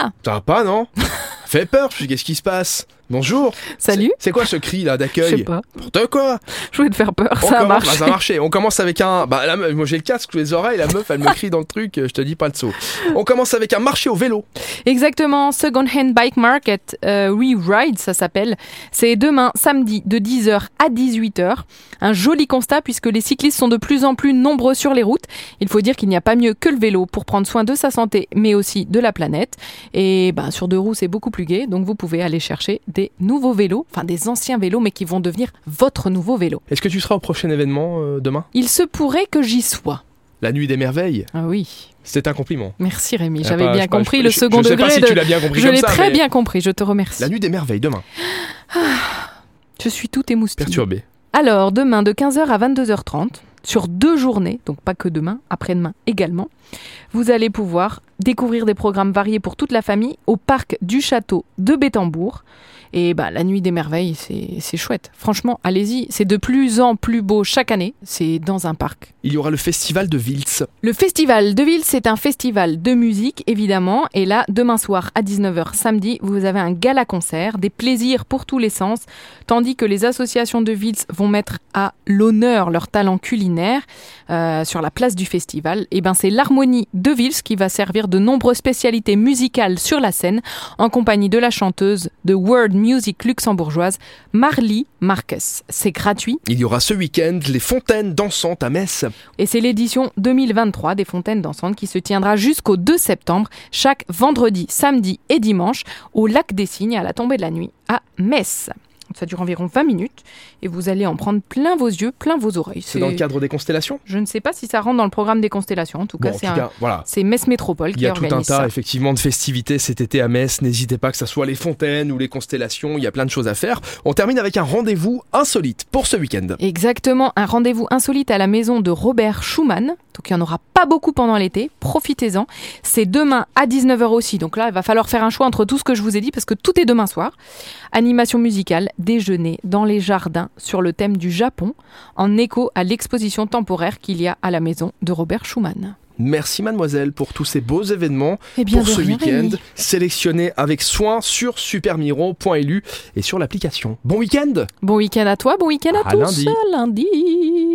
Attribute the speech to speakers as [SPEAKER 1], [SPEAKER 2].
[SPEAKER 1] Ah
[SPEAKER 2] T'as pas, non Fais peur, je- qu'est-ce qui se passe Bonjour
[SPEAKER 1] Salut
[SPEAKER 2] C'est c'est quoi ce cri là
[SPEAKER 1] Je sais
[SPEAKER 2] d'accueil
[SPEAKER 1] pas.
[SPEAKER 2] N'importe quoi
[SPEAKER 1] Je voulais te faire peur,
[SPEAKER 2] On
[SPEAKER 1] ça a
[SPEAKER 2] commence- bah,
[SPEAKER 1] marché.
[SPEAKER 2] ça a marché. On commence avec un. Bah, la me- moi j'ai le casque sous les oreilles, la meuf elle me crie dans le truc, euh, je te dis pas le saut. On commence avec un marché au vélo.
[SPEAKER 1] Exactement, Second Hand Bike Market, euh, Ride ça s'appelle. C'est demain, samedi, de 10h à 18h. Un joli constat puisque les cyclistes sont de plus en plus nombreux sur les routes. Il faut dire qu'il n'y a pas mieux que le vélo pour prendre soin de sa santé, mais aussi de la planète. Et ben, sur deux roues, c'est beaucoup plus gai, donc vous pouvez aller chercher des nouveaux vélos, enfin des anciens vélos, mais qui vont devenir votre nouveau vélo.
[SPEAKER 2] Est-ce que tu seras au prochain événement euh, demain
[SPEAKER 1] Il se pourrait que j'y sois.
[SPEAKER 2] La nuit des merveilles
[SPEAKER 1] Ah oui,
[SPEAKER 2] C'était un compliment.
[SPEAKER 1] merci Rémi,
[SPEAKER 2] Ah,
[SPEAKER 1] j'avais
[SPEAKER 2] pas-
[SPEAKER 1] bien
[SPEAKER 2] je sais pas,
[SPEAKER 1] compris
[SPEAKER 2] je-
[SPEAKER 1] le
[SPEAKER 2] je-
[SPEAKER 1] second
[SPEAKER 2] je sais
[SPEAKER 1] degré.
[SPEAKER 2] pas si
[SPEAKER 1] de-
[SPEAKER 2] tu l'as bien compris
[SPEAKER 1] Je
[SPEAKER 2] comme
[SPEAKER 1] l'ai
[SPEAKER 2] ça,
[SPEAKER 1] très
[SPEAKER 2] mais
[SPEAKER 1] bien compris, je te remercie.
[SPEAKER 2] La nuit des merveilles demain.
[SPEAKER 1] Je suis tout émoustillée.
[SPEAKER 2] Perturbé.
[SPEAKER 1] Alors, demain de 15h à 22h30, sur deux journées, donc pas que demain, après-demain également, vous allez pouvoir découvrir des programmes variés pour toute la famille au parc du château de Bétambourg. Et bah, la nuit des merveilles, c'est c'est chouette. Franchement, allez-y, c'est de plus en plus beau chaque année, c'est dans un parc.
[SPEAKER 2] Il y aura le festival de Viltz.
[SPEAKER 1] Le Festival de Ville, c'est un festival de musique, évidemment. Et là, demain soir à 19h samedi, vous avez un gala-concert, des plaisirs pour tous les sens, tandis que les associations de Ville vont mettre à l'honneur leur talent culinaire euh, sur la place du festival. Et ben, c'est l'harmonie de Ville qui va servir de nombreuses spécialités musicales sur la scène, en compagnie de la chanteuse de world music luxembourgeoise Marly Marcus. C'est gratuit.
[SPEAKER 2] Il y aura ce week-end les fontaines dansantes à Metz.
[SPEAKER 1] Et c'est l'édition 2023 des Fontaines Dansantes qui se tiendra jusqu'au 2 septembre, chaque vendredi, samedi et dimanche, au lac des Cygnes à la tombée de la nuit, à Metz. Ça dure environ 20 minutes et vous allez en prendre plein vos yeux, plein vos oreilles.
[SPEAKER 2] C'est dans le cadre des constellations
[SPEAKER 1] Je ne sais pas si ça rentre dans le programme des constellations. En tout
[SPEAKER 2] Bon,
[SPEAKER 1] cas,
[SPEAKER 2] en tout
[SPEAKER 1] c'est, un-
[SPEAKER 2] cas, voilà.
[SPEAKER 1] c'est Metz Métropole
[SPEAKER 2] Il
[SPEAKER 1] qui
[SPEAKER 2] y a tout un
[SPEAKER 1] organise
[SPEAKER 2] tas
[SPEAKER 1] ça.
[SPEAKER 2] effectivement de festivités cet été à Metz. N'hésitez pas que ce soit les fontaines ou les constellations, il y a plein de choses à faire. On termine avec un rendez-vous insolite pour ce week-end.
[SPEAKER 1] Exactement, un rendez-vous insolite à la maison de Robert Schumann. Donc il n'y en aura pas beaucoup pendant l'été, profitez-en. C'est demain à 19h aussi, donc là il va falloir faire un choix entre tout ce que je vous ai dit parce que tout est demain soir. Animation musicale, déjeuner dans les jardins sur le thème du Japon, en écho à l'exposition temporaire qu'il y a à la maison de Robert Schumann.
[SPEAKER 2] Merci mademoiselle pour tous ces beaux événements
[SPEAKER 1] Et Eh bien
[SPEAKER 2] pour
[SPEAKER 1] de
[SPEAKER 2] ce
[SPEAKER 1] rien,
[SPEAKER 2] week-end
[SPEAKER 1] Rémi.
[SPEAKER 2] sélectionnés avec soin sur supermiro.lu et sur l'application. Bon week-end
[SPEAKER 1] Bon week-end à toi, bon week-end à,
[SPEAKER 2] À
[SPEAKER 1] tous.
[SPEAKER 2] lundi.
[SPEAKER 1] à lundi.